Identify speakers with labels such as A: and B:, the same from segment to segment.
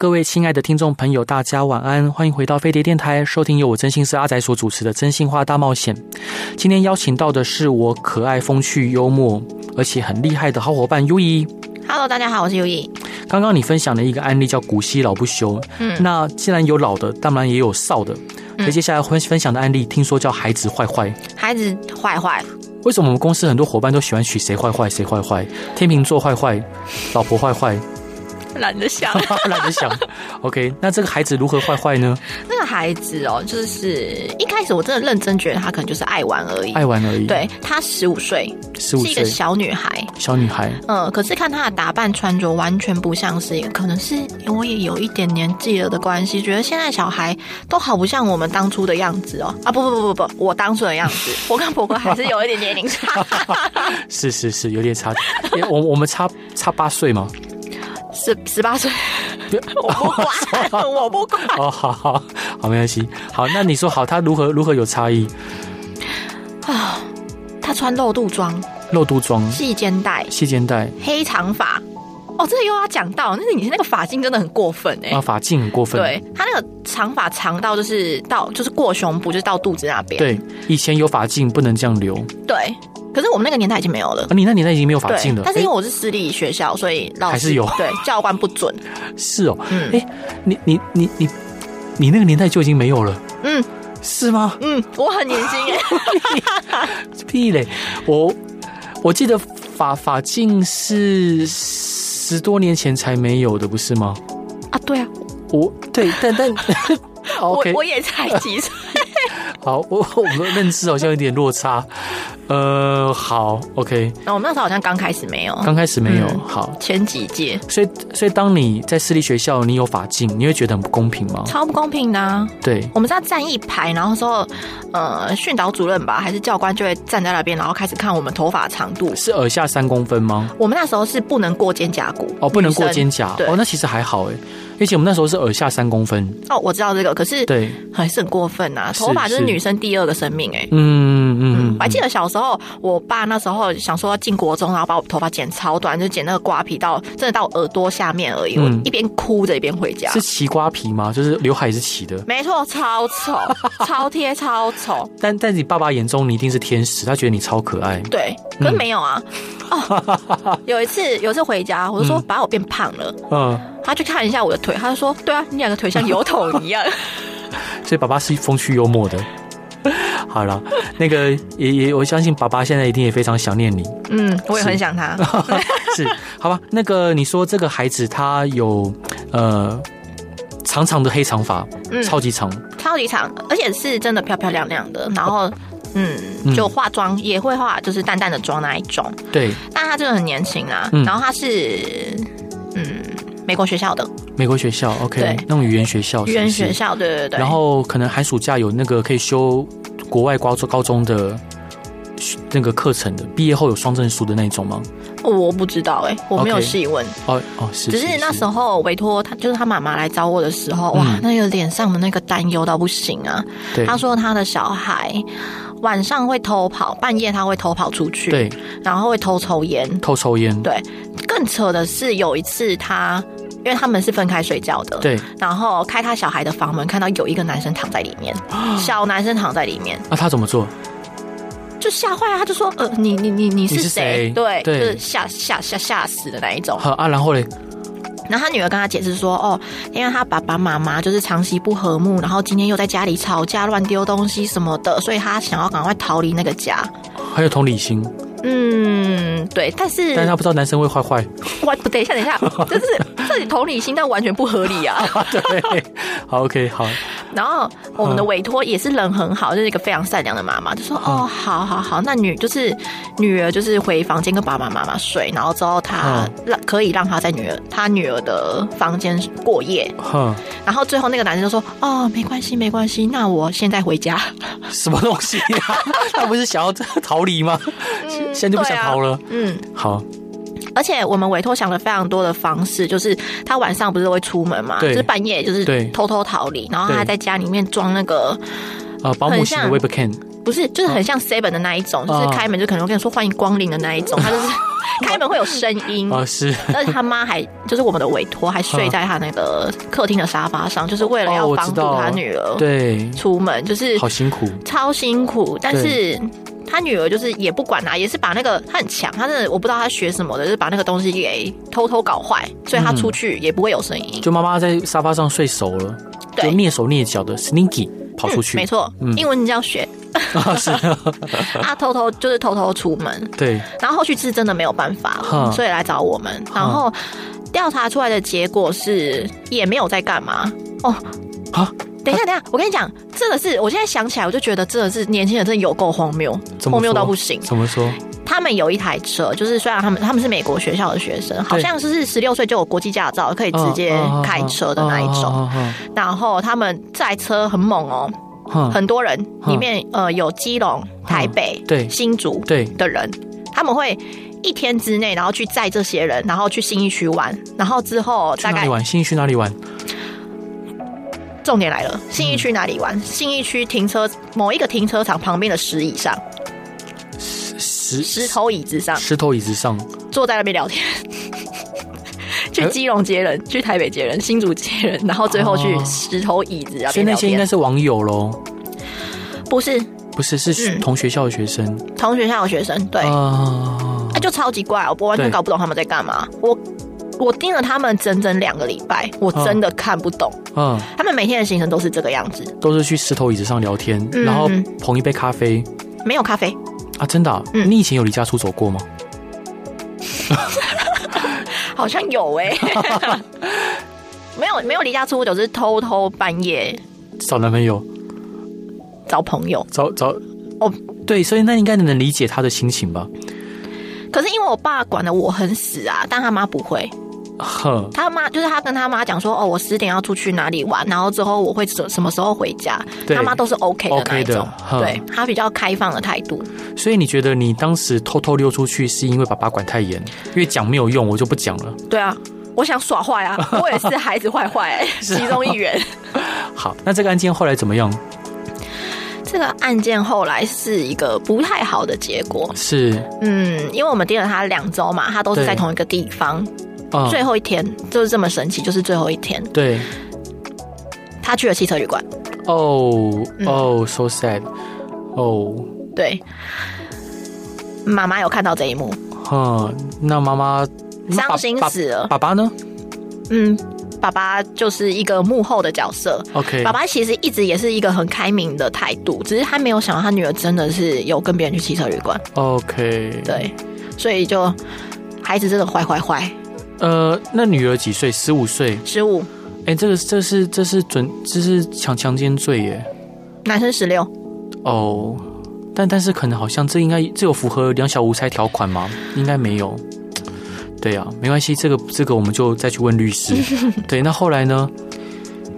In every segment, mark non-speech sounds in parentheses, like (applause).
A: 各位亲爱的听众朋友，大家晚安，欢迎回到飞碟电台，收听由我真心是阿仔所主持的《真心话大冒险》。今天邀请到的是我可爱、风趣、幽默，而且很厉害的好伙伴优一。
B: Hello，大家好，我是优怡。
A: 刚刚你分享的一个案例叫“古稀老不休”，
B: 嗯
A: 那既然有老的，当然也有少的。所以接下来分分享的案例，听说叫“孩子坏坏
B: 孩子坏坏，”。
A: 为什么我们公司很多伙伴都喜欢取谁坏坏谁坏坏？天秤座坏坏，老婆坏坏， (laughs)
B: 懒得想
A: 懒得想。OK，那这个孩子如何坏坏呢？
B: (laughs) 那个孩子哦，就是一开始我真的认真觉得他可能就是爱玩而已。
A: 爱玩而已。
B: 对，她十五岁，
A: 十五
B: 是一个
A: 岁
B: 小女孩。
A: 小女孩，
B: 嗯，可是看她的打扮穿着，完全不像是一个，可能是我也有一点年纪了的关系，觉得现在小孩都好不像我们当初的样子哦。啊，不不不不不，我当初的样 (laughs) 子，我跟婆婆还是有一点年龄 (laughs) 差，
A: 是是是，有点差。诶我我们差差八岁
B: (laughs)
A: 嘛。
B: 十十八岁， (laughs) 我不管， (laughs) 我不管。
A: 哦，好好好，没关系。好，那你说好，他如何如何有差异？
B: 她穿露肚装，
A: 露肚装、
B: 细肩带，
A: 细肩带、
B: 黑长发。哦，这个又要讲到，那是你那个发型真的很过分哎、
A: 啊，发镜很过分。
B: 对，他那个长发长到就是到就是过胸部，就是到肚子那边。
A: 对，以前有发镜不能这样留啊！
B: 对可是我们那个年代已经没有了。
A: 你那年代已经没有发
B: 对
A: 镜了，，
B: 但是因为
A: 诶
B: 我是私立学校，所以老师
A: 还是有
B: 对教官不准。
A: 是哦，
B: 嗯
A: 哎你你你你你那个年代就已经没有了，
B: 嗯
A: 是吗？
B: 嗯，我很年轻
A: (laughs)
B: 耶。
A: 屁嘞！我我记得法法镜是十多年前才没有的，不是吗？
B: 啊，对啊，
A: 我对，但
B: (laughs)
A: 但，OK，
B: 我我也才几
A: (laughs)
B: 岁。
A: 好，我我们的认知好像有点落差。呃，好，OK，
B: 那我们那时候好像刚开始没有，
A: 刚开始没有，
B: 嗯
A: 好，
B: 前几届
A: 所以所以当你在私立学校，你有法镜，你会觉得很不公平吗？
B: 超不公平的、啊。
A: 对，
B: 我们是要站一排，然后说，呃，训导主任吧，还是教官就会站在那边，然后开始看我们头发长度。
A: 是耳下三公分吗？
B: 我们那时候是不能过肩胛骨
A: 哦，不能过
B: 女生
A: 肩胛，
B: 对
A: 哦，那其实还好哎，而且我们那时候是耳下三公分，
B: 哦，我知道这个，可是
A: 对，
B: 还是很过分呐、
A: 是
B: 头发就是
A: 是
B: 女生第二个生命哎、
A: 嗯嗯
B: 嗯，我还
A: 嗯，
B: 记得小时候，我爸那时候想说要进国中，然后把我头发剪超短，就剪那个瓜皮到真的到我耳朵下面而已。
A: 嗯
B: 我一边哭着一边回家
A: 是，齐瓜皮吗？就是刘海是齐的，
B: 没错，
A: (laughs)
B: 超丑，超贴，超丑。
A: 但但你爸爸眼中你一定是天使，他觉得你超可爱，
B: 对，
A: 嗯
B: 可是没有啊。
A: (laughs)
B: 哦，有一次，有一次回家，我就说把我变胖了，
A: 嗯，
B: 他去看一下我的腿，他就说：“对啊，你两个腿像油桶
A: (laughs)
B: 一样。
A: 所以爸爸是风趣幽默的。 (laughs) 好了，那个也也，我相信爸爸现在一定也非常想念
B: (laughs)
A: 你。”
B: 嗯，我也很想他。
A: 是，好吧？那个你说这个孩子他有呃长长的黑长发，
B: 嗯
A: 超级长，
B: 超级长，而且是真的漂漂亮亮的，然后。嗯，就化妆也会化，就是淡淡的妆那一种。
A: 对，
B: 但她真的很年轻啊，
A: 嗯
B: 然后她是嗯美国学校的
A: 美国学校，OK，
B: 对
A: 那种语言学校，
B: 语言
A: 哦是不
B: 学
A: 是。
B: 校，对对对。
A: 然后可能寒暑假有那个可以修国外高中高中的那个课程的，毕业后有双证书的那种吗？
B: 我不知道哎、我没有
A: OK
B: 细问
A: 哦哦，是，
B: 只是那时候委托她，就是她妈妈来找我的时候，哇，
A: 嗯
B: 那个脸上的那个担忧到不行啊。
A: 对
B: 她说她的小孩晚上会偷跑，半夜她会偷跑出去，，
A: 对
B: 然后会偷抽烟，
A: 偷抽烟，
B: 对，更扯的是有一次他，因为他们是分开睡觉的，，
A: 对，
B: 然后开他小孩的房门，看到有一个男生躺在里面，
A: 啊
B: 小男生躺在里面，
A: 那他怎么做？
B: 就吓坏了，他就说，呃，你你你你
A: 你是
B: 是
A: 谁
B: 谁？对，
A: 对
B: 就是吓吓吓吓死的那一种。
A: 好啊，然后嘞，
B: 然后他女儿跟他解释说，哦，因为他爸爸妈妈就是长期不和睦，然后今天又在家里吵架、乱丢东西什么的，所以他想要赶快逃离那个家。
A: 还有同理心，
B: 嗯，对，但是
A: 但是他不知道男生会坏坏。
B: 我不等一
A: (laughs)
B: 下，等一下，就是这里同理心，但完全不合理啊。
A: 对，好 OK，好，
B: 然后我们的委托也是人很好，就是一个非常善良的妈妈，就说
A: 嗯
B: 哦，好好好，那女就是女儿就是回房间跟爸爸妈妈睡，然后之后她让可以让她在女儿她女儿的房间过夜，
A: 哼，
B: 然后最后那个男生就说哦，没关系没关系，那我现在回家，
A: 什么东西啊？他不是想要逃离吗？
B: (laughs) 嗯
A: 现在就不想逃了。
B: 嗯，
A: 好，
B: 而且我们委托想了非常多的方式，就是他晚上不是都会出门嘛，就
A: 对
B: 是半夜就
A: 对
B: 是偷偷逃离，然后他
A: 对
B: 还在家里面装那个
A: 呃，保姆型的
B: 很像
A: Webcam，
B: 不是，就是很像 Seven 的那一种，就是
A: 啊
B: 开门就可能会跟你说欢迎光临的那一种，他就是
A: (laughs)
B: 开门会有声音。
A: 啊，是
B: 但是他妈还就是我们的委托，还睡在他那个客厅的沙发上，就是为了
A: 哦
B: 要
A: 我
B: 帮
A: 知
B: 助
A: 道
B: 他女儿
A: 对，
B: 出门，就是
A: 好辛苦
B: 超辛苦，但
A: 对
B: 是。他女儿就是也不管啦、啊也是把那个他很强，他真的我不知道他学什么的，就是把那个东西给偷偷搞坏，所以他出去也不会有声音。
A: 嗯就妈妈在沙发上睡熟了，就
B: 对
A: 蹑手蹑脚的 sneaky 跑出去，
B: 没错，
A: 嗯
B: 英文你这样学，
A: (laughs) 啊，是，
B: (laughs) 他偷偷就是偷偷出门，
A: 对，
B: 然后后续是真的没有办法
A: 哼
B: 了，所以来找我们，然后调查出来的结果是也没有在干嘛哦。
A: 啊，
B: 等一下，等一下，我跟你讲，真的是，我现在想起来，我就觉得真的是年轻人真的有够荒谬，
A: 怎么
B: 荒谬
A: 说
B: 到不行。
A: 怎么说？
B: 他们有一台车，就是虽然他们他们是美国学校的学生，好像就是十六岁就有国际驾照，可以直接开车的那一种。
A: 啊，啊
B: 然后他们这台车很猛哦，
A: 啊啊啊
B: 很多人
A: 嗯
B: 里面呃有基隆、台北、
A: 对
B: 新竹
A: 对
B: 的人，他们会。一天之内，然后去载这些人，然后去新义区玩，然后之后
A: 去
B: 大
A: 哪
B: 概
A: 里玩？新义去哪里玩？
B: 重点来
A: 嗯
B: 了，信义区哪里玩？信义区停车某一个停车场旁边的石椅上，
A: 石
B: 石头椅子上，
A: 石头椅子上，
B: 坐在那边聊天。 (laughs) 去基隆接人，去台北接人，新竹接人，然后最后去
A: 哎哦
B: 石头椅子啊，
A: 所以那
B: 边聊
A: 些应
B: 天
A: 该是网友喽，
B: 不是
A: 不是是
B: 嗯
A: 同学校的学生
B: 同学校的学生，对，
A: 啊，
B: 他就超级怪，我完全
A: 对
B: 搞不懂他们在干嘛。我我盯了他们整整两个礼拜，我
A: 哦
B: 真的看不懂，
A: 嗯，
B: 他们每天的行程都是这个样子，
A: 都是去石头椅子上聊天，
B: 嗯
A: 然后捧一杯咖啡
B: 没有咖啡，
A: 啊，真的啊，
B: 嗯
A: 你以前有离家出走过吗？
B: 好像有哎、 (laughs) 没有没有离家出走，是偷偷半夜
A: 找男朋友，
B: 找朋友。
A: 找找
B: 哦，
A: 对，所以那应该能理解他的心情吧？
B: 可是因为我爸管的我很死啊，但他妈不会，
A: 哼，
B: 他妈就是他跟他妈讲说，哦，我十点要出去哪里玩，然后之后我会什什么时候回家，
A: 对
B: 他妈都是 OK 的那
A: OK
B: 一
A: 的
B: 种，
A: 哼
B: 对他比较开放的态度，
A: 所以你觉得你当时偷偷溜出去是因为爸爸管太严，因为讲没有用，我就不讲了。
B: 对啊。我想耍坏 (laughs) 啊！我也是孩子坏坏、欸，其中一员。
A: 好，那这个案件后来怎么样？
B: 这个案件后来是一个不太好的结果。
A: 是
B: 嗯，因为我们盯了他两周嘛，他都是
A: 对
B: 在同一个地方。
A: 啊，
B: 最后一天就是这么神奇，就是最后一天，
A: 对，
B: 他去了汽车旅馆。
A: 哦
B: 嗯
A: 哦，so sad，哦，
B: 对，妈妈有看到这一幕，
A: 哼，哦那妈妈那爸
B: 伤心
A: 爸
B: 死了。
A: 爸爸呢
B: 嗯，爸爸就是一个幕后的角色。
A: ？OK，
B: 爸爸其实一直也是一个很开明的态度，只是他没有想到他女儿真的是有跟别人去汽车旅馆，
A: OK，，
B: 对，所以就孩子真的坏坏坏。
A: 呃，那女儿几岁？十五岁。
B: 十五，
A: 哎，这个这是这是准这是强强奸罪耶。
B: 男生十六，
A: 哦，但但是可能好像这应该这有符合两小无猜条款吗？应该没有。对啊，没关系，这个这个我们就再去问律师。
B: (laughs)
A: 对，那后来呢？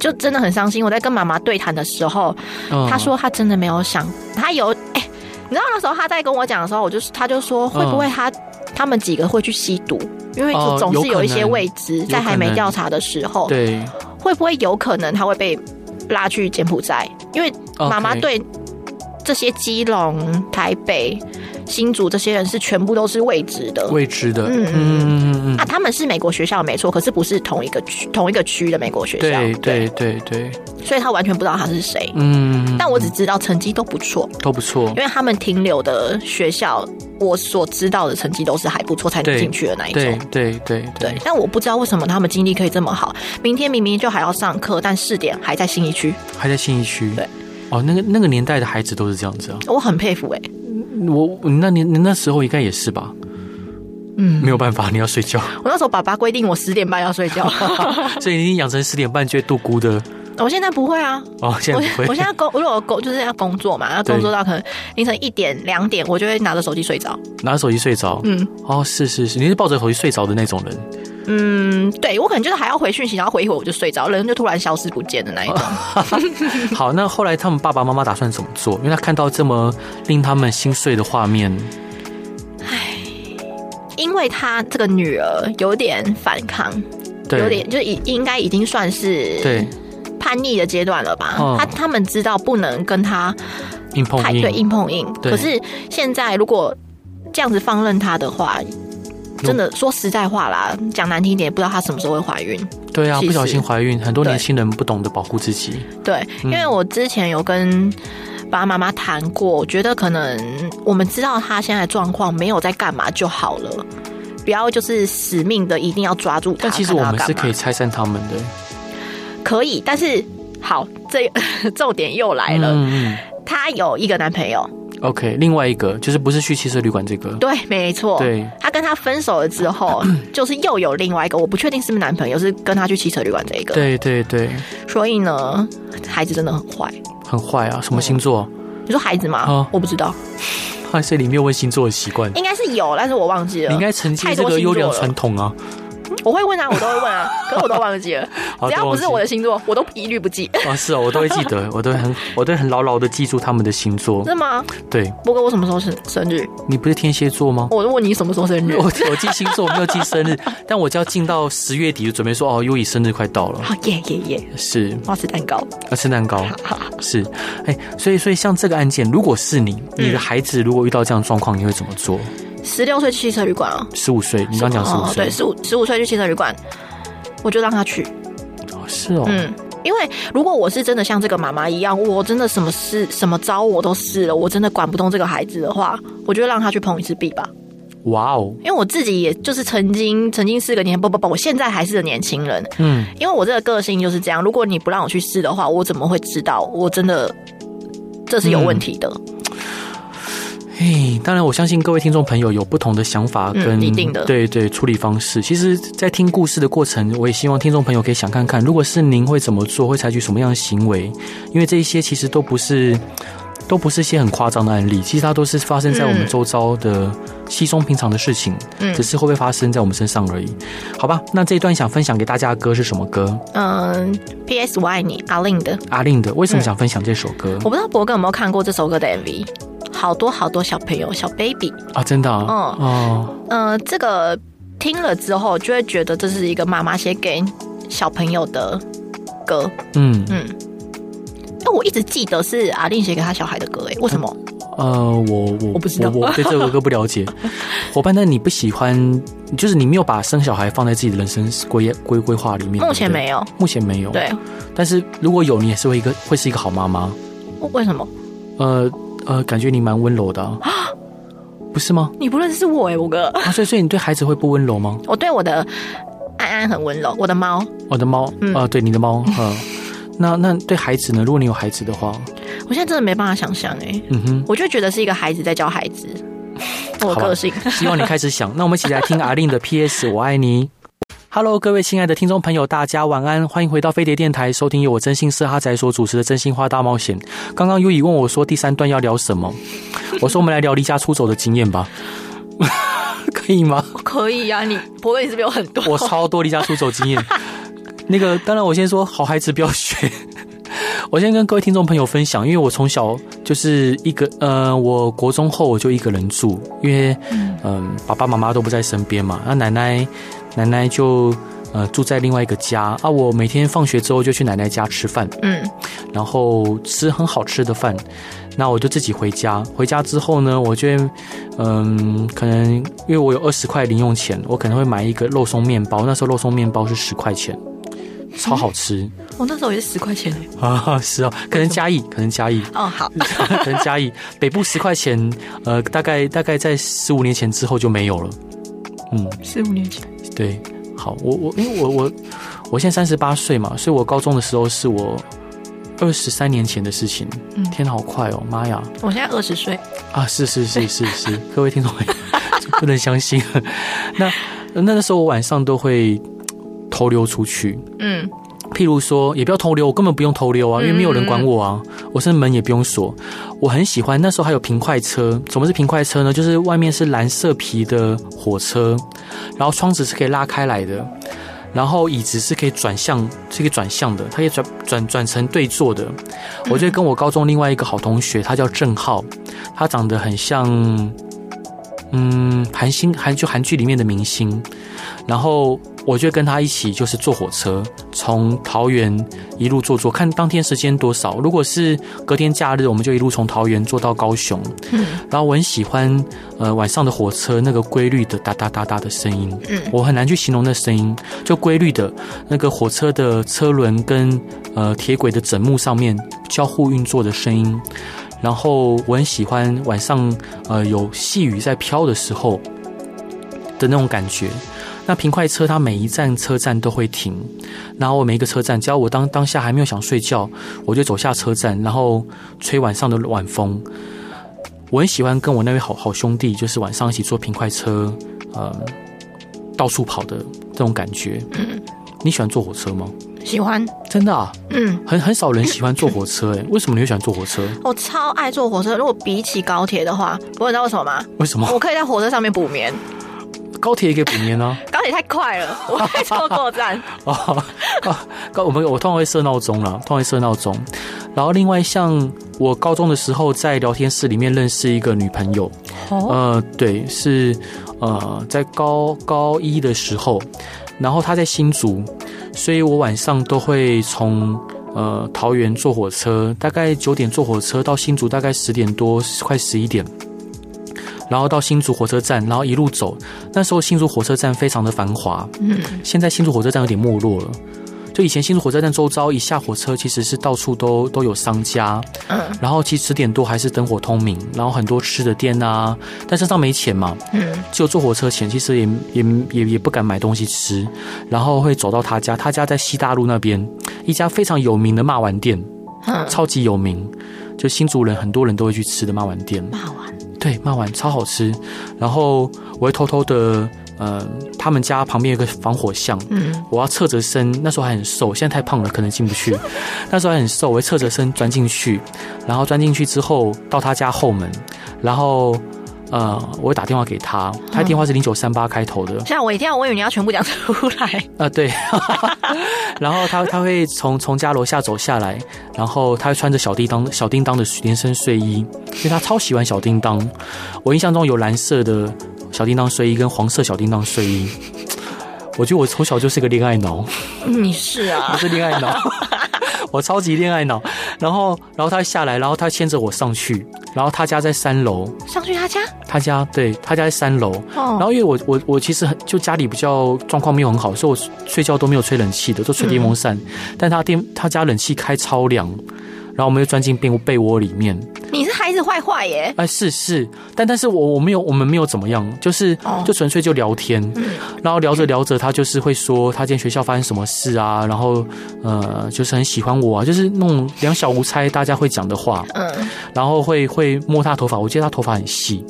B: 就真的很伤心。我在跟妈妈对谈的时候，
A: 嗯
B: 她说她真的没有想，她有哎、你知道那时候她在跟我讲的时候，我就是她就说会不会她、他们几个会去吸毒，因为
A: 嗯哦
B: 总
A: 有
B: 是有一
A: 可
B: 些
A: 能
B: 未知，
A: 有
B: 在
A: 可
B: 还没
A: 能
B: 调查的时候，
A: 对，
B: 会不会有可能他会被拉去柬埔寨？因为妈妈
A: OK，
B: 对这些基隆、台北、新竹这些人是全部都是未知的。
A: 未知的，
B: 嗯
A: 嗯嗯嗯嗯
B: 啊，，他们是美国学校没错，可是不是同一个区同一个区的美国学校，
A: 对对对对，
B: 所以他完全不知道他是谁。
A: 嗯，
B: 但我只知道成绩都不错，
A: 都不错
B: 因，为他们停留的学校，我所知道的成绩都是还不错才能
A: 对
B: 进去的那一
A: 对
B: 种。
A: 对对
B: 对，，但我不知道为什么他们精力可以这么好，明天明明就还要上课，但试点还在新一区，
A: 还在信义区，
B: 对，
A: 哦，那个那个年代的孩子都是这样子啊，
B: 我很佩服哎、
A: 我我那年那时候应该也是吧，
B: 嗯，
A: 没有办法，你 (laughs) 要
B: (laughs)
A: 睡觉，
B: 我那时候爸爸规定我十点半要睡
A: (laughs)
B: 觉，
A: 所以你养成十点半就会度孤的
B: 我现在不会啊。
A: 哦，现
B: 我
A: 在不会，
B: 我现在工，如果我工就是要工作嘛，要工作到可能凌晨一点两点，我就会拿着手机睡着。
A: (laughs) 拿手机睡着，
B: 嗯
A: 哦，是是是，你是抱着手机睡着的那种人，
B: 嗯，对我可能就是还要回讯息，然后回一会我就睡着，人就突然消失不见的那一种。
A: 哦
B: 嗯
A: 好，那后来他们爸爸妈妈打算怎么做？因为他看到这么令他们心碎的画面，
B: 因为他这个女儿有点反抗，
A: 对，
B: 有点就已应该已经算是
A: 对，
B: 叛逆的阶段了吧？
A: 嗯
B: 他他们知道不能跟他
A: 硬碰
B: 太
A: 硬，
B: 对硬碰硬。
A: 对
B: 可是现在如果这样子放任他的话，真的说实在话啦，讲难听一点，不知道她什么时候会怀孕。
A: 对啊，
B: 其实
A: 不小心怀孕，很多
B: 对
A: 年轻人不懂得保护自己，
B: 对，因
A: 嗯
B: 为我之前有跟爸爸妈妈谈过，我觉得可能我们知道他现在的状况没有在干嘛就好了，不要就是死命的一定要抓住他。
A: 但其实
B: 看
A: 我
B: 他要
A: 们是
B: 干嘛
A: 可以拆散他们的。
B: 可以，但是好，这 (laughs) 重点又来了，
A: 嗯嗯
B: 她有一个男朋友，
A: ，OK。另外一个就是不是去汽车旅馆这个，
B: 对，没错，
A: 对，
B: 她跟他分手了之
A: (clears throat)
B: 后，就是又有另外一个，我不确定是不是男朋友，是跟他去汽车旅馆这一个，，
A: 对对对，
B: 所以呢，孩子真的很坏。
A: 很坏啊！什么星座？
B: 你说孩子吗？
A: 哦
B: 我不知道，
A: 还是你没有问星座的习惯？
B: 应该是有，但是我忘记了。
A: 你应该承接这个优良传统啊！
B: 我会问啊，我都会问
A: (laughs)
B: 啊，可是我都忘记了。
A: 好
B: 只要不是我
A: 的
B: 的星座，我都一律不记，
A: 啊，是哦，我都会记
B: (laughs)
A: 得，我都会很，我都会很牢牢的记住他们的星座
B: 真。的吗？
A: 对
B: 波哥，我什么时候生生日？
A: 你不是天蝎座吗？
B: 我就问你什么时候生日
A: 我？我记星座，我没有记
B: (laughs)
A: 生日，但我就要进到十月底，就准备说哦，优以生日快到了，
B: 好耶耶耶！
A: 是
B: 我要吃蛋糕。
A: 要吃蛋糕，是，哎，所以所以像这个案件，如果是你，
B: 嗯
A: 你的孩子如果遇到这样的状况，你会怎么做？
B: 十六岁去汽车旅馆啊？
A: 十五岁，你刚讲十五
B: 哦，对，
A: 岁，
B: 十五十五岁去汽车旅馆，我就让他去。
A: 哦是哦，
B: 嗯，因为如果我是真的像这个妈妈一样，我真的什么事什么招我都试了，我真的管不动这个孩子的话，我就让他去碰一次壁吧。
A: 哇哦，
B: 因为我自己也就是曾经曾经是个年不不不，我现在还是个年轻人，
A: 嗯，
B: 因为我这个个性就是这样，如果你不让我去试的话，我怎么会知道我真的这是有问题的？
A: 嘿，当然，我相信各位听众朋友有不同的想法
B: 嗯
A: 跟、
B: 一定的
A: 对对处理方式。其实，在听故事的过程，我也希望听众朋友可以想看看，如果是您会怎么做，会采取什么样的行为？因为这一些其实都不是。都不是一些很夸张的案例，其实它都是发生在我们
B: 嗯
A: 周遭的稀松平常的事情，
B: 嗯
A: 只是会不会发生在我们身上而已，好吧？那这一段想分享给大家的歌是什么歌？
B: 嗯，P.S. 我爱你，阿令的，
A: 阿令的，为什么想分享这首歌、
B: 我不知道博哥有没有看过这首歌的 MV，好多好多小朋友小 baby，
A: 啊？真的、啊，哦，
B: 嗯，这个听了之后就会觉得这是一个妈妈写给小朋友的歌，
A: 嗯，
B: 嗯。那我一直记得是阿令写给他小孩的歌，哎诶，为什么？嗯
A: 呃，我我
B: 我不知道
A: 我我对这首歌不了
B: (laughs)
A: 解。伙伴，但你不喜欢，就是你没有把生小孩放在自己的人生规规规划里面。
B: 目前
A: 对不对
B: 没有，
A: 目前没有。
B: 嗯对，，
A: 但是如果有，你也是会一个会是一个好妈妈。
B: 为什么？
A: 呃呃，感觉你蛮温柔的、啊，不是
B: (laughs)
A: 吗？
B: 你不认识我诶，博哥，
A: 啊，所以所以你对孩子会不温柔吗？
B: 我对我的安安很温柔，我的猫，
A: 我的猫，
B: 嗯
A: 啊，对你的猫，
B: (laughs)
A: 嗯。那那对孩子呢？如果你有孩子的话，
B: 我现在真的没办法想象哎、
A: 嗯哼，
B: 我就觉得是一个孩子在教孩子，我个 (laughs) 性。
A: (laughs) 希望你开始想。那我们一起来听阿令的 PS《我爱你》。Hello，各位亲爱的听众朋友，大家晚安，欢迎回到飞碟电台，收听由我真心是哈仔所主持的《真心话大冒险》。刚刚优以问我说第三段要聊什么，我说我们来聊离家出走的经验吧， (laughs) 可以吗？
B: 可以呀、你博哥你是不是有很多？
A: 我超多离家出走经验。那个，当然我先说，好孩子不要学。我先跟各位听众朋友分享，因为我从小就是一个，呃，我国中后我就一个人住，因为嗯、爸爸妈妈都不在身边嘛，那奶奶奶奶就呃住在另外一个家啊，我每天放学之后就去奶奶家吃饭，
B: 嗯
A: 然后吃很好吃的饭，那我就自己回家。回家之后呢，我就会，嗯，可能因为我有二十块零用钱，我可能会买一个肉松面包。那时候肉松面包是十块钱，超好吃、
B: 我那时候也是十块钱
A: (laughs)
B: 哎、
A: 啊！是啊，可能嘉义，可能嘉义，
B: 哦，好，
A: (laughs) 可能嘉义北部十块钱，呃，大概大概在十五年前之后就没有了。嗯，
B: 十五年前。
A: 对，好，我我因为我我我现在三十八岁嘛，所以我高中的时候是我二十三年前的事情。
B: 嗯
A: 天哪，好快哦，妈呀！
B: 我现在二十岁，
A: 啊，是是是是是，各位听众朋友不能相信。 (laughs) 那那个时候我晚上都会偷溜出去，
B: 嗯，
A: 譬如说，也不要偷溜，我根本不用偷溜啊，因为没有人管我啊，我甚至门也不用锁。我很喜欢那时候还有平快车，什么是平快车呢？就是外面是蓝色皮的火车，然后窗子是可以拉开来的，然后椅子是可以转向，是可以转向的，它可以转转转成对坐的。我就跟我高中另外一个好同学，他叫郑浩，他长得很像，嗯，韩星韩就韩剧里面的明星，然后我就会跟他一起就是坐火车从桃园一路坐坐，看当天时间多少。如果是隔天假日，我们就一路从桃园坐到高雄。
B: 嗯
A: 然后我很喜欢呃晚上的火车那个规律的哒哒哒哒的声音，
B: 嗯
A: 我很难去形容那声音，就规律的那个火车的车轮跟呃铁轨的枕木上面交互运作的声音。然后我很喜欢晚上呃有细雨在飘的时候的那种感觉。那平快车它每一站车站都会停，然后我每一个车站，只要我当当下还没有想睡觉，我就走下车站，然后吹晚上的晚风。我很喜欢跟我那位好好兄弟，就是晚上一起坐平快车，呃，到处跑的这种感觉。
B: 嗯，
A: 你喜欢坐火车吗？
B: 喜欢，
A: 真的啊，
B: 嗯，
A: 很很少人喜欢坐火车诶、哎为什么你会喜欢坐火车？
B: 我超爱坐火车。如果比起高铁的话，不过你知道为什么吗？
A: 为什么
B: 我可以在火车上面补眠，
A: 高铁也可以补眠呢、
B: 高铁太快了，我会错过站。
A: (laughs) 哦，啊高我们我通常会设闹钟啦，通常会设闹钟。然后另外像我高中的时候，在聊天室里面认识一个女朋友，
B: (laughs) 哦，
A: 呃，对，是呃在高高一的时候，然后她在新竹，所以我晚上都会从。呃，桃园坐火车，大概九点坐火车到新竹，大概十点多，快十一点，然后到新竹火车站，然后一路走。那时候新竹火车站非常的繁华，
B: 嗯，
A: 现在新竹火车站有点没落了。就以前新竹火车站周遭一下火车，其实是到处都都有商家，
B: 嗯
A: 然后其实十点多还是灯火通明，然后很多吃的店啊，但身上没钱嘛，
B: 嗯
A: 只有坐火车钱，其实也也也也不敢买东西吃，然后会走到他家，他家在西大路那边一家非常有名的骂丸店，
B: 嗯，
A: 超级有名，就新竹人很多人都会去吃的骂丸店。
B: 骂完，
A: 对，骂完超好吃。然后我会偷偷的，呃，他们家旁边有个防火巷，
B: 嗯
A: 我要侧着身，那时候还很瘦，现在太胖了，可能进不去。那时候还很瘦，我会侧着身钻进去，然后钻进去之后到他家后门，然后呃，我会打电话给他，他的电话是零九三八开头的，
B: 现在我一定要，我以为你要全部讲出来。
A: 啊，对， (laughs) 然后他他会从从家楼下走下来，然后他会穿着小叮当小叮当的连身睡衣，因为他超喜欢小叮当。我印象中有蓝色的小叮当睡衣跟黄色小叮当睡衣。我觉得我从小就是个恋爱脑，
B: 你是啊
A: 我，是恋爱脑，我超级恋爱脑。然后，然后他下来，然后他牵着我上去，然后他家在三楼，
B: 上去他家
A: 他家对他家在三楼，然
B: 哦，
A: 后因为我我我其实很就家里比较状况没有很好，所以我睡觉都没有吹冷气的，都吹电风扇。但他电他家冷气开超凉，然后我们又钻进被被窝里面。
B: 你是孩子坏坏耶，
A: 哎，是是，但但是我我没有我们没有怎么样，就是
B: 哦
A: 就纯粹就聊天，然后聊着聊着，他就是会说他今天学校发生什么事啊，然后呃就是很喜欢我啊，就是那种两小无猜大家会讲的话。
B: 嗯，
A: 然后会会摸他头发，我记得他头发很细，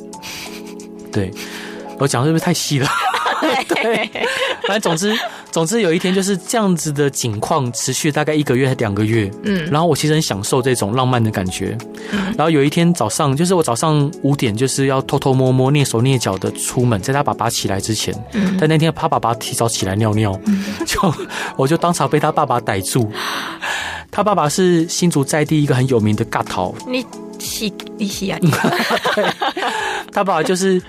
A: 对我讲是不是太细了？对，反正总之总之有一天就是这样子的景况持续大概一个月还两个月，
B: 嗯
A: 然后我其实很享受这种浪漫的感觉。然后有一天早上，就是我早上五点就是要偷偷摸摸、蹑手蹑脚的出门，在他爸爸起来之前，但那天他爸爸提早起来尿尿，就我就当场被他爸爸逮住。他爸爸是新竹在地一个很有名的尬桃，
B: 你洗你洗啊，
A: 他爸爸就是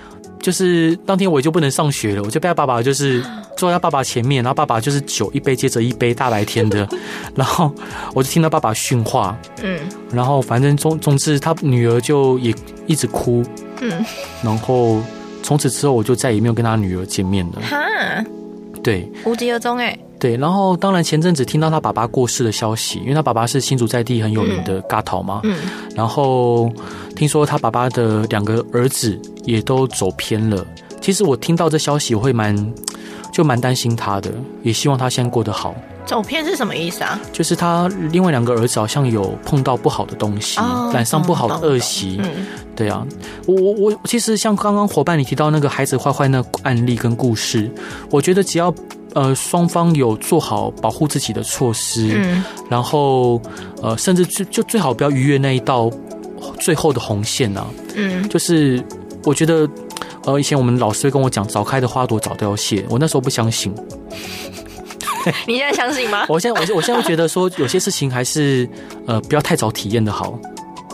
A: 就是当天我就不能上学了，我就被他爸爸就是坐在他爸爸前面，然后爸爸就是酒一杯接着一杯，大白天的，然后我就听到爸爸训话，
B: 嗯
A: 然后反正总总之他女儿就也一直哭，
B: 嗯，
A: 然后从此之后我就再也没有跟他女儿见面了。
B: 哈，
A: 对
B: 无疾而终哎，
A: 对，然后当然前阵子听到他爸爸过世的消息，因为他爸爸是新竹在地很有名的嘎桃嘛，
B: 嗯
A: 然后听说他爸爸的两个儿子也都走偏了。其实我听到这消息，我会蛮就蛮担心他的，也希望他现在过得好。
B: 走偏是什么意思啊？
A: 就是他另外两个儿子好像有碰到不好的东西，
B: 哦
A: 染上不好的
B: 懂懂
A: 恶习。
B: 嗯
A: 对啊，我我我其实像刚刚伙伴你提到那个孩子坏坏那个案例跟故事，我觉得只要呃双方有做好保护自己的措施，
B: 嗯
A: 然后呃，甚至就就最好不要逾越那一道最后的红线啊。
B: 嗯
A: 就是我觉得，呃，以前我们老师会跟我讲，早开的花朵早凋谢，我那时候不相信。
B: 你现在相信吗？
A: 我现在我现我现在会觉得说，有些事情还是呃不要太早体验的好，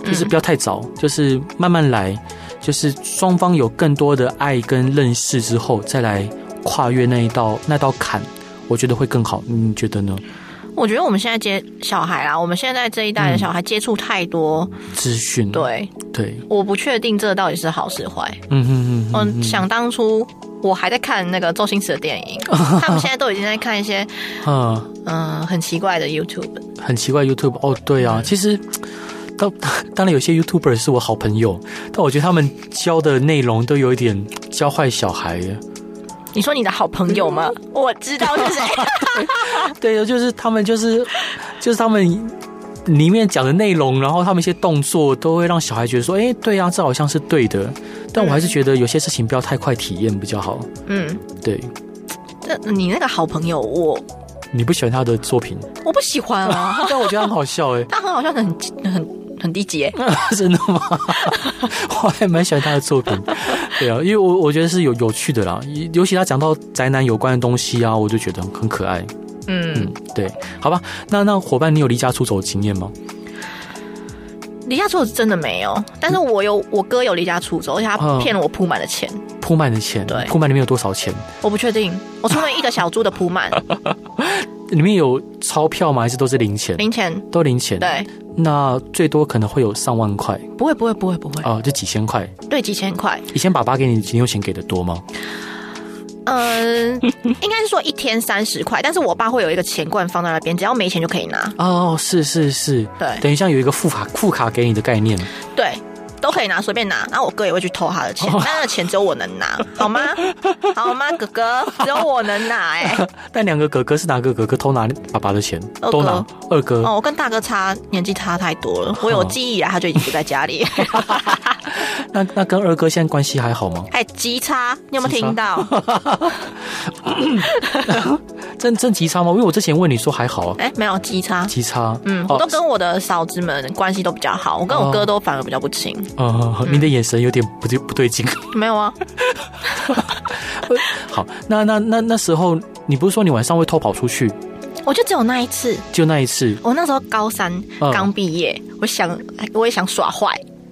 A: 就是不要太早，就是慢慢来，就是双方有更多的爱跟认识之后，再来跨越那一道那道坎，我觉得会更好。你觉得呢？
B: 我觉得我们现在接小孩啦，我们现在这一代的小孩接触太多，
A: 资讯
B: 对，
A: 对，
B: 我不确定这到底是好是坏。
A: 嗯嗯嗯嗯，
B: 嗯，想当初我还在看那个周星驰的电影， (laughs) 他们现在都已经在看一些
A: 嗯，
B: 嗯、很奇怪的 YouTube。
A: 很奇怪 YouTube 哦，对啊，其实。当当然，有些 YouTuber 是我好朋友，但我觉得他们教的内容都有一点教坏小孩耶。
B: 你说你的好朋友吗？嗯我知道是谁。
A: 对，就是他们就是 (laughs) 就是他们里面讲的内容，然后他们一些动作都会让小孩觉得说，哎、对啊，这好像是对的。但我还是觉得有些事情不要太快体验比较好。
B: (laughs) 嗯，
A: 对
B: 这你那个好朋友，我
A: 你不喜欢他的作品，
B: 我不喜欢 (laughs) 啊，
A: 但我觉得很好笑哎、
B: 他很好像很很很低级欸。
A: (laughs) 真的吗？ (laughs) 我还蛮喜欢他的作品， (laughs) 对啊，因为我我觉得是有有趣的啦，尤其他讲到宅男有关的东西啊，我就觉得很可爱。
B: 嗯
A: 嗯，，对，好吧，那那伙伴，你有离家出走的经验吗？
B: 离家出走是真的没有，但是我有我哥有离家出走，而且他
A: 嗯
B: 骗了我铺满了钱，
A: 铺满的钱，
B: 对
A: 铺满里面有多少钱？
B: 我不确定，我出了一个小猪的铺 (laughs) 满
A: 里面有钞票吗？还是都是零钱？
B: 零钱，
A: 都零钱。，
B: 对，
A: 那最多可能会有上万块
B: 不会不会不会不会，
A: 哦、就几千块。
B: 对，几千块，
A: 以前爸爸给你零用钱给的多吗？
B: 嗯，应该是说一天三十块，但是我爸会有一个钱罐放在那边，只要没钱就可以拿，
A: 哦，是是是，
B: 对
A: 等于像有一个副卡副卡给你的概念。
B: 对。都可以拿，随便拿。然后我哥也会去偷他的钱，但 (laughs) 那个钱只有我能拿，好 (laughs) 吗？好吗，哥哥，只有我能拿、 (laughs) 哎，
A: 但两个哥哥是哪个哥哥偷拿爸爸的钱？
B: 二哥
A: 都拿二哥。
B: 哦，我跟大哥差年纪差太多了，我有记忆以来啊他就已经不在家 (laughs) 里，
A: 那那跟二哥现在关系还好吗？
B: 还极差，哎你有没有
A: 极差
B: 听到？
A: 真真极差吗？因为我之前问你说还好啊，
B: 哎、没有极差。
A: 极差。
B: 嗯，我
A: 哦
B: 都跟我的嫂子们关系都比较好，我跟我哥都反而比较不亲。
A: 呃，
B: 嗯
A: 你的眼神有点不对不对劲。
B: 没有啊，
A: 好，那那那那时候你不是说你晚上会偷跑出去？
B: 我就只有那一次，
A: 就那一次，
B: 我那时候高三
A: 嗯
B: 刚毕业，我想我也想耍坏，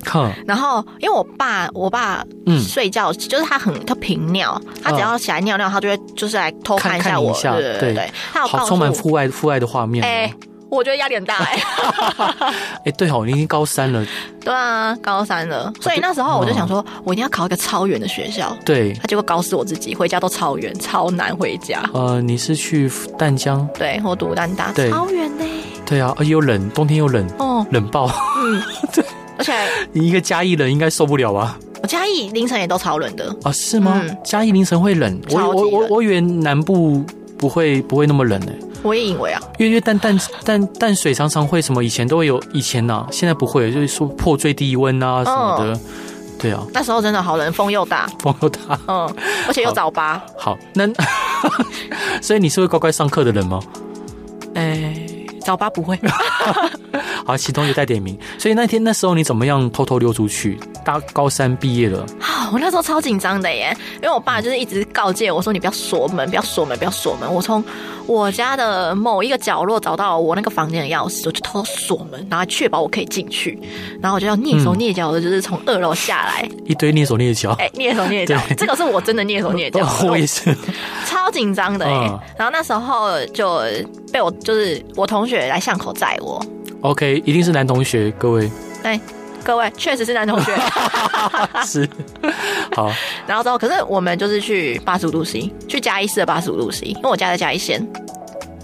A: 哼，
B: 然后因为我爸我爸
A: 嗯
B: 睡觉、就是他很他频尿，他只要起来尿尿，他就会就是来偷看一
A: 看看
B: 下
A: 你一
B: 我，
A: 下
B: 对对
A: 对
B: 对对，他有告
A: 好
B: 诉
A: 充满
B: 我，
A: 父爱父爱的画面。
B: 哎、
A: 哎、
B: 我觉得压力很大
A: (laughs)
B: 哎、
A: 对哦，你已经高三了，
B: 对啊，高三了，所以那时
A: 嗯
B: 候我就想说，我一定要考一个超远的学校。
A: 对，
B: 他结果搞死我自己，回家都超远，超难回
A: (laughs)
B: 家。
A: 呃，你是去淡江？
B: 对，我读丹大，
A: 对
B: 超远呢、
A: 对啊，呃又冷，冬天又冷，
B: 哦，
A: 冷爆， (laughs)
B: 嗯，而且
A: 你一个嘉义人应该受不了吧？
B: 我嘉义凌晨也都超冷的，
A: 啊，是吗？
B: 嗯
A: 嘉义凌晨会冷，我
B: 超级
A: 我我
B: 冷
A: 我以为南部不会不会那么冷呢、
B: 我也以为啊，
A: 因为因为淡淡淡淡水常常会什么，以前都会有，以前呐、啊现在不会，就是说破最低温
B: 嗯
A: 啊什么的。对啊，
B: 那时候真的好冷，风又大，
A: 风又大。
B: 嗯，而且又早八，
A: 好，那 (laughs) 所以你是会乖乖上课的人吗？
B: 哎、早八不 (laughs) 会，
A: 好，其中也带点名。所以那天那时候你怎么样偷偷溜出去？大高三毕业了，
B: 啊我那时候超紧张的耶，因为我爸就是一直告诫我说你不要锁门，不要锁门，不要锁门。我从我家的某一个角落找到我那个房间的钥匙，我就偷偷锁门，然后确保我可以进去。然后我就要蹑手蹑脚的，就是从二楼下来，
A: 一堆蹑手蹑脚。
B: (laughs) 哎、蹑手蹑脚
A: 对，哦，
B: (laughs) 这个是我真的蹑手蹑脚
A: 我也是，
B: 超紧张的哎、
A: 嗯
B: 然后那时候就被我就是我同学来巷口载我，
A: OK，一定是男同学，各
B: (laughs)
A: 位
B: 哎、各位确实是男同学。
A: 是好，
B: 然后之后，可是我们就是去八十五度 C，去嘉义市的八十五度 C，因为我家在嘉义县。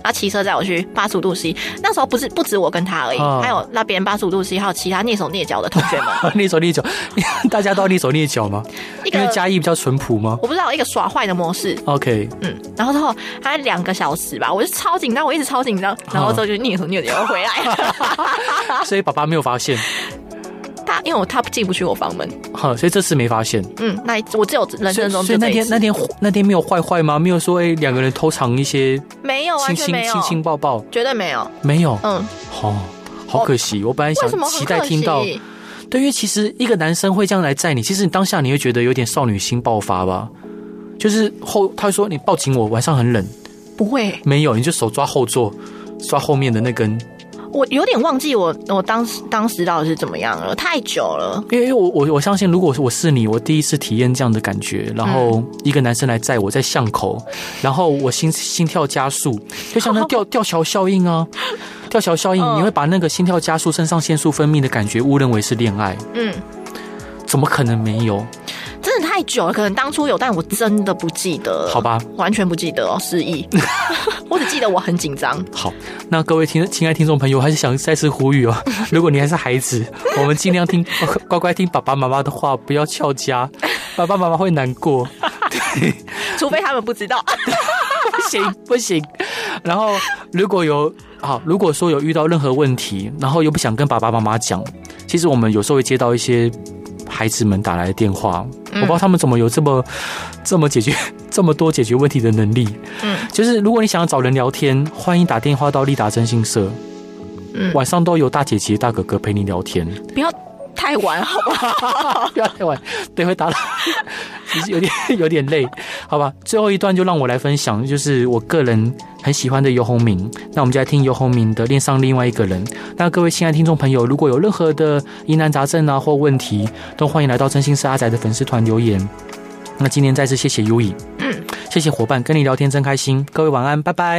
B: 他骑车载我去八十五度 C，那时候不是不止我跟他而已，
A: 哦
B: 还有那边八十五度 C，还有其他蹑手蹑脚的同学们。
A: 蹑手蹑脚，大家都要蹑手蹑脚吗？
B: 一
A: 啊因
B: 个
A: 为嘉义比较淳朴吗
B: 我不知道一个耍坏的模式，
A: ？OK，
B: 嗯。然后之后还两个小时吧，我就超紧张，我一直超紧
A: 啊
B: 张。然后之后就蹑手蹑脚
A: (laughs)
B: 回来，啊
A: 所以爸爸没有发现，
B: 他因为我他进不去我房门，
A: 好，所以这次没发现。
B: 嗯，那一我只有人
A: 所以
B: 生中
A: 所
B: 就
A: 以
B: 这
A: 那
B: 一
A: 天
B: 次
A: 那天那天没有坏坏吗？没有说哎两、个人偷藏一些
B: 没有完
A: 亲
B: 全
A: 亲
B: 没有
A: 亲，亲抱抱，
B: 绝对没有，
A: 没有
B: 嗯，
A: 哦，好可惜。我本来
B: 为什
A: 想
B: 么很
A: 期待
B: 可
A: 听到，
B: 惜？
A: 对，因为其实一个男生会这样来载你，其实你当下你会觉得有点少女心爆发吧。就是后，他会说你抱紧我，晚上很冷，
B: 不会，
A: 没有，你就手抓后座，抓后面的那根，
B: 我有点忘记我我当时当时到底是怎么样了，太久了。
A: 因为因为我我我相信，如果我是你，我第一次体验这样的感觉，然后一个男生来载我在巷口，然后我心心跳加速，就像那个吊吊桥效应啊，吊桥效应，
B: 嗯
A: 你会把那个心跳加速、肾上腺素分泌的感觉误认为是恋爱，
B: 嗯，
A: 怎么可能没有？
B: 真的太久了，可能当初有，但我真的不记得。
A: 好吧，
B: 完全不记得哦，失
A: (laughs)
B: 忆。我只记得我很紧张。
A: 好，那各位听亲爱听众朋友，我还是想再次呼吁哦， (laughs) 如果你还是孩子，我们尽量听呃乖乖听爸爸妈妈的话，不要翘家，爸爸妈妈会难过。
B: 除非他们不知道。
A: 不行不行。然后如果有好，如果说有遇到任何问题，然后又不想跟爸爸妈妈讲，其实我们有时候会接到一些孩子们打来的电话，我不知道他们怎么有这么这么解决这么多解决问题的能力。
B: 嗯，
A: 就是如果你想要找人聊天，欢迎打电话到利达征信社。
B: 嗯 (laughs)
A: 晚上都有大姐姐、大哥哥陪你聊天，
B: 不要太晚，好不好？
A: 不要太晚，对，会打扰，其实有点有点累，好吧。最后一段就让我来分享，就是我个人很喜欢的游鸿明。那我们就来听游鸿明的《恋上另外一个人》。那各位亲爱的听众朋友，如果有任何的疑难杂症啊或问题，都欢迎来到真心是阿宅的粉丝团留言。那今天再次谢谢优以，谢谢伙伴，跟你聊天真开心。各位晚安，拜拜。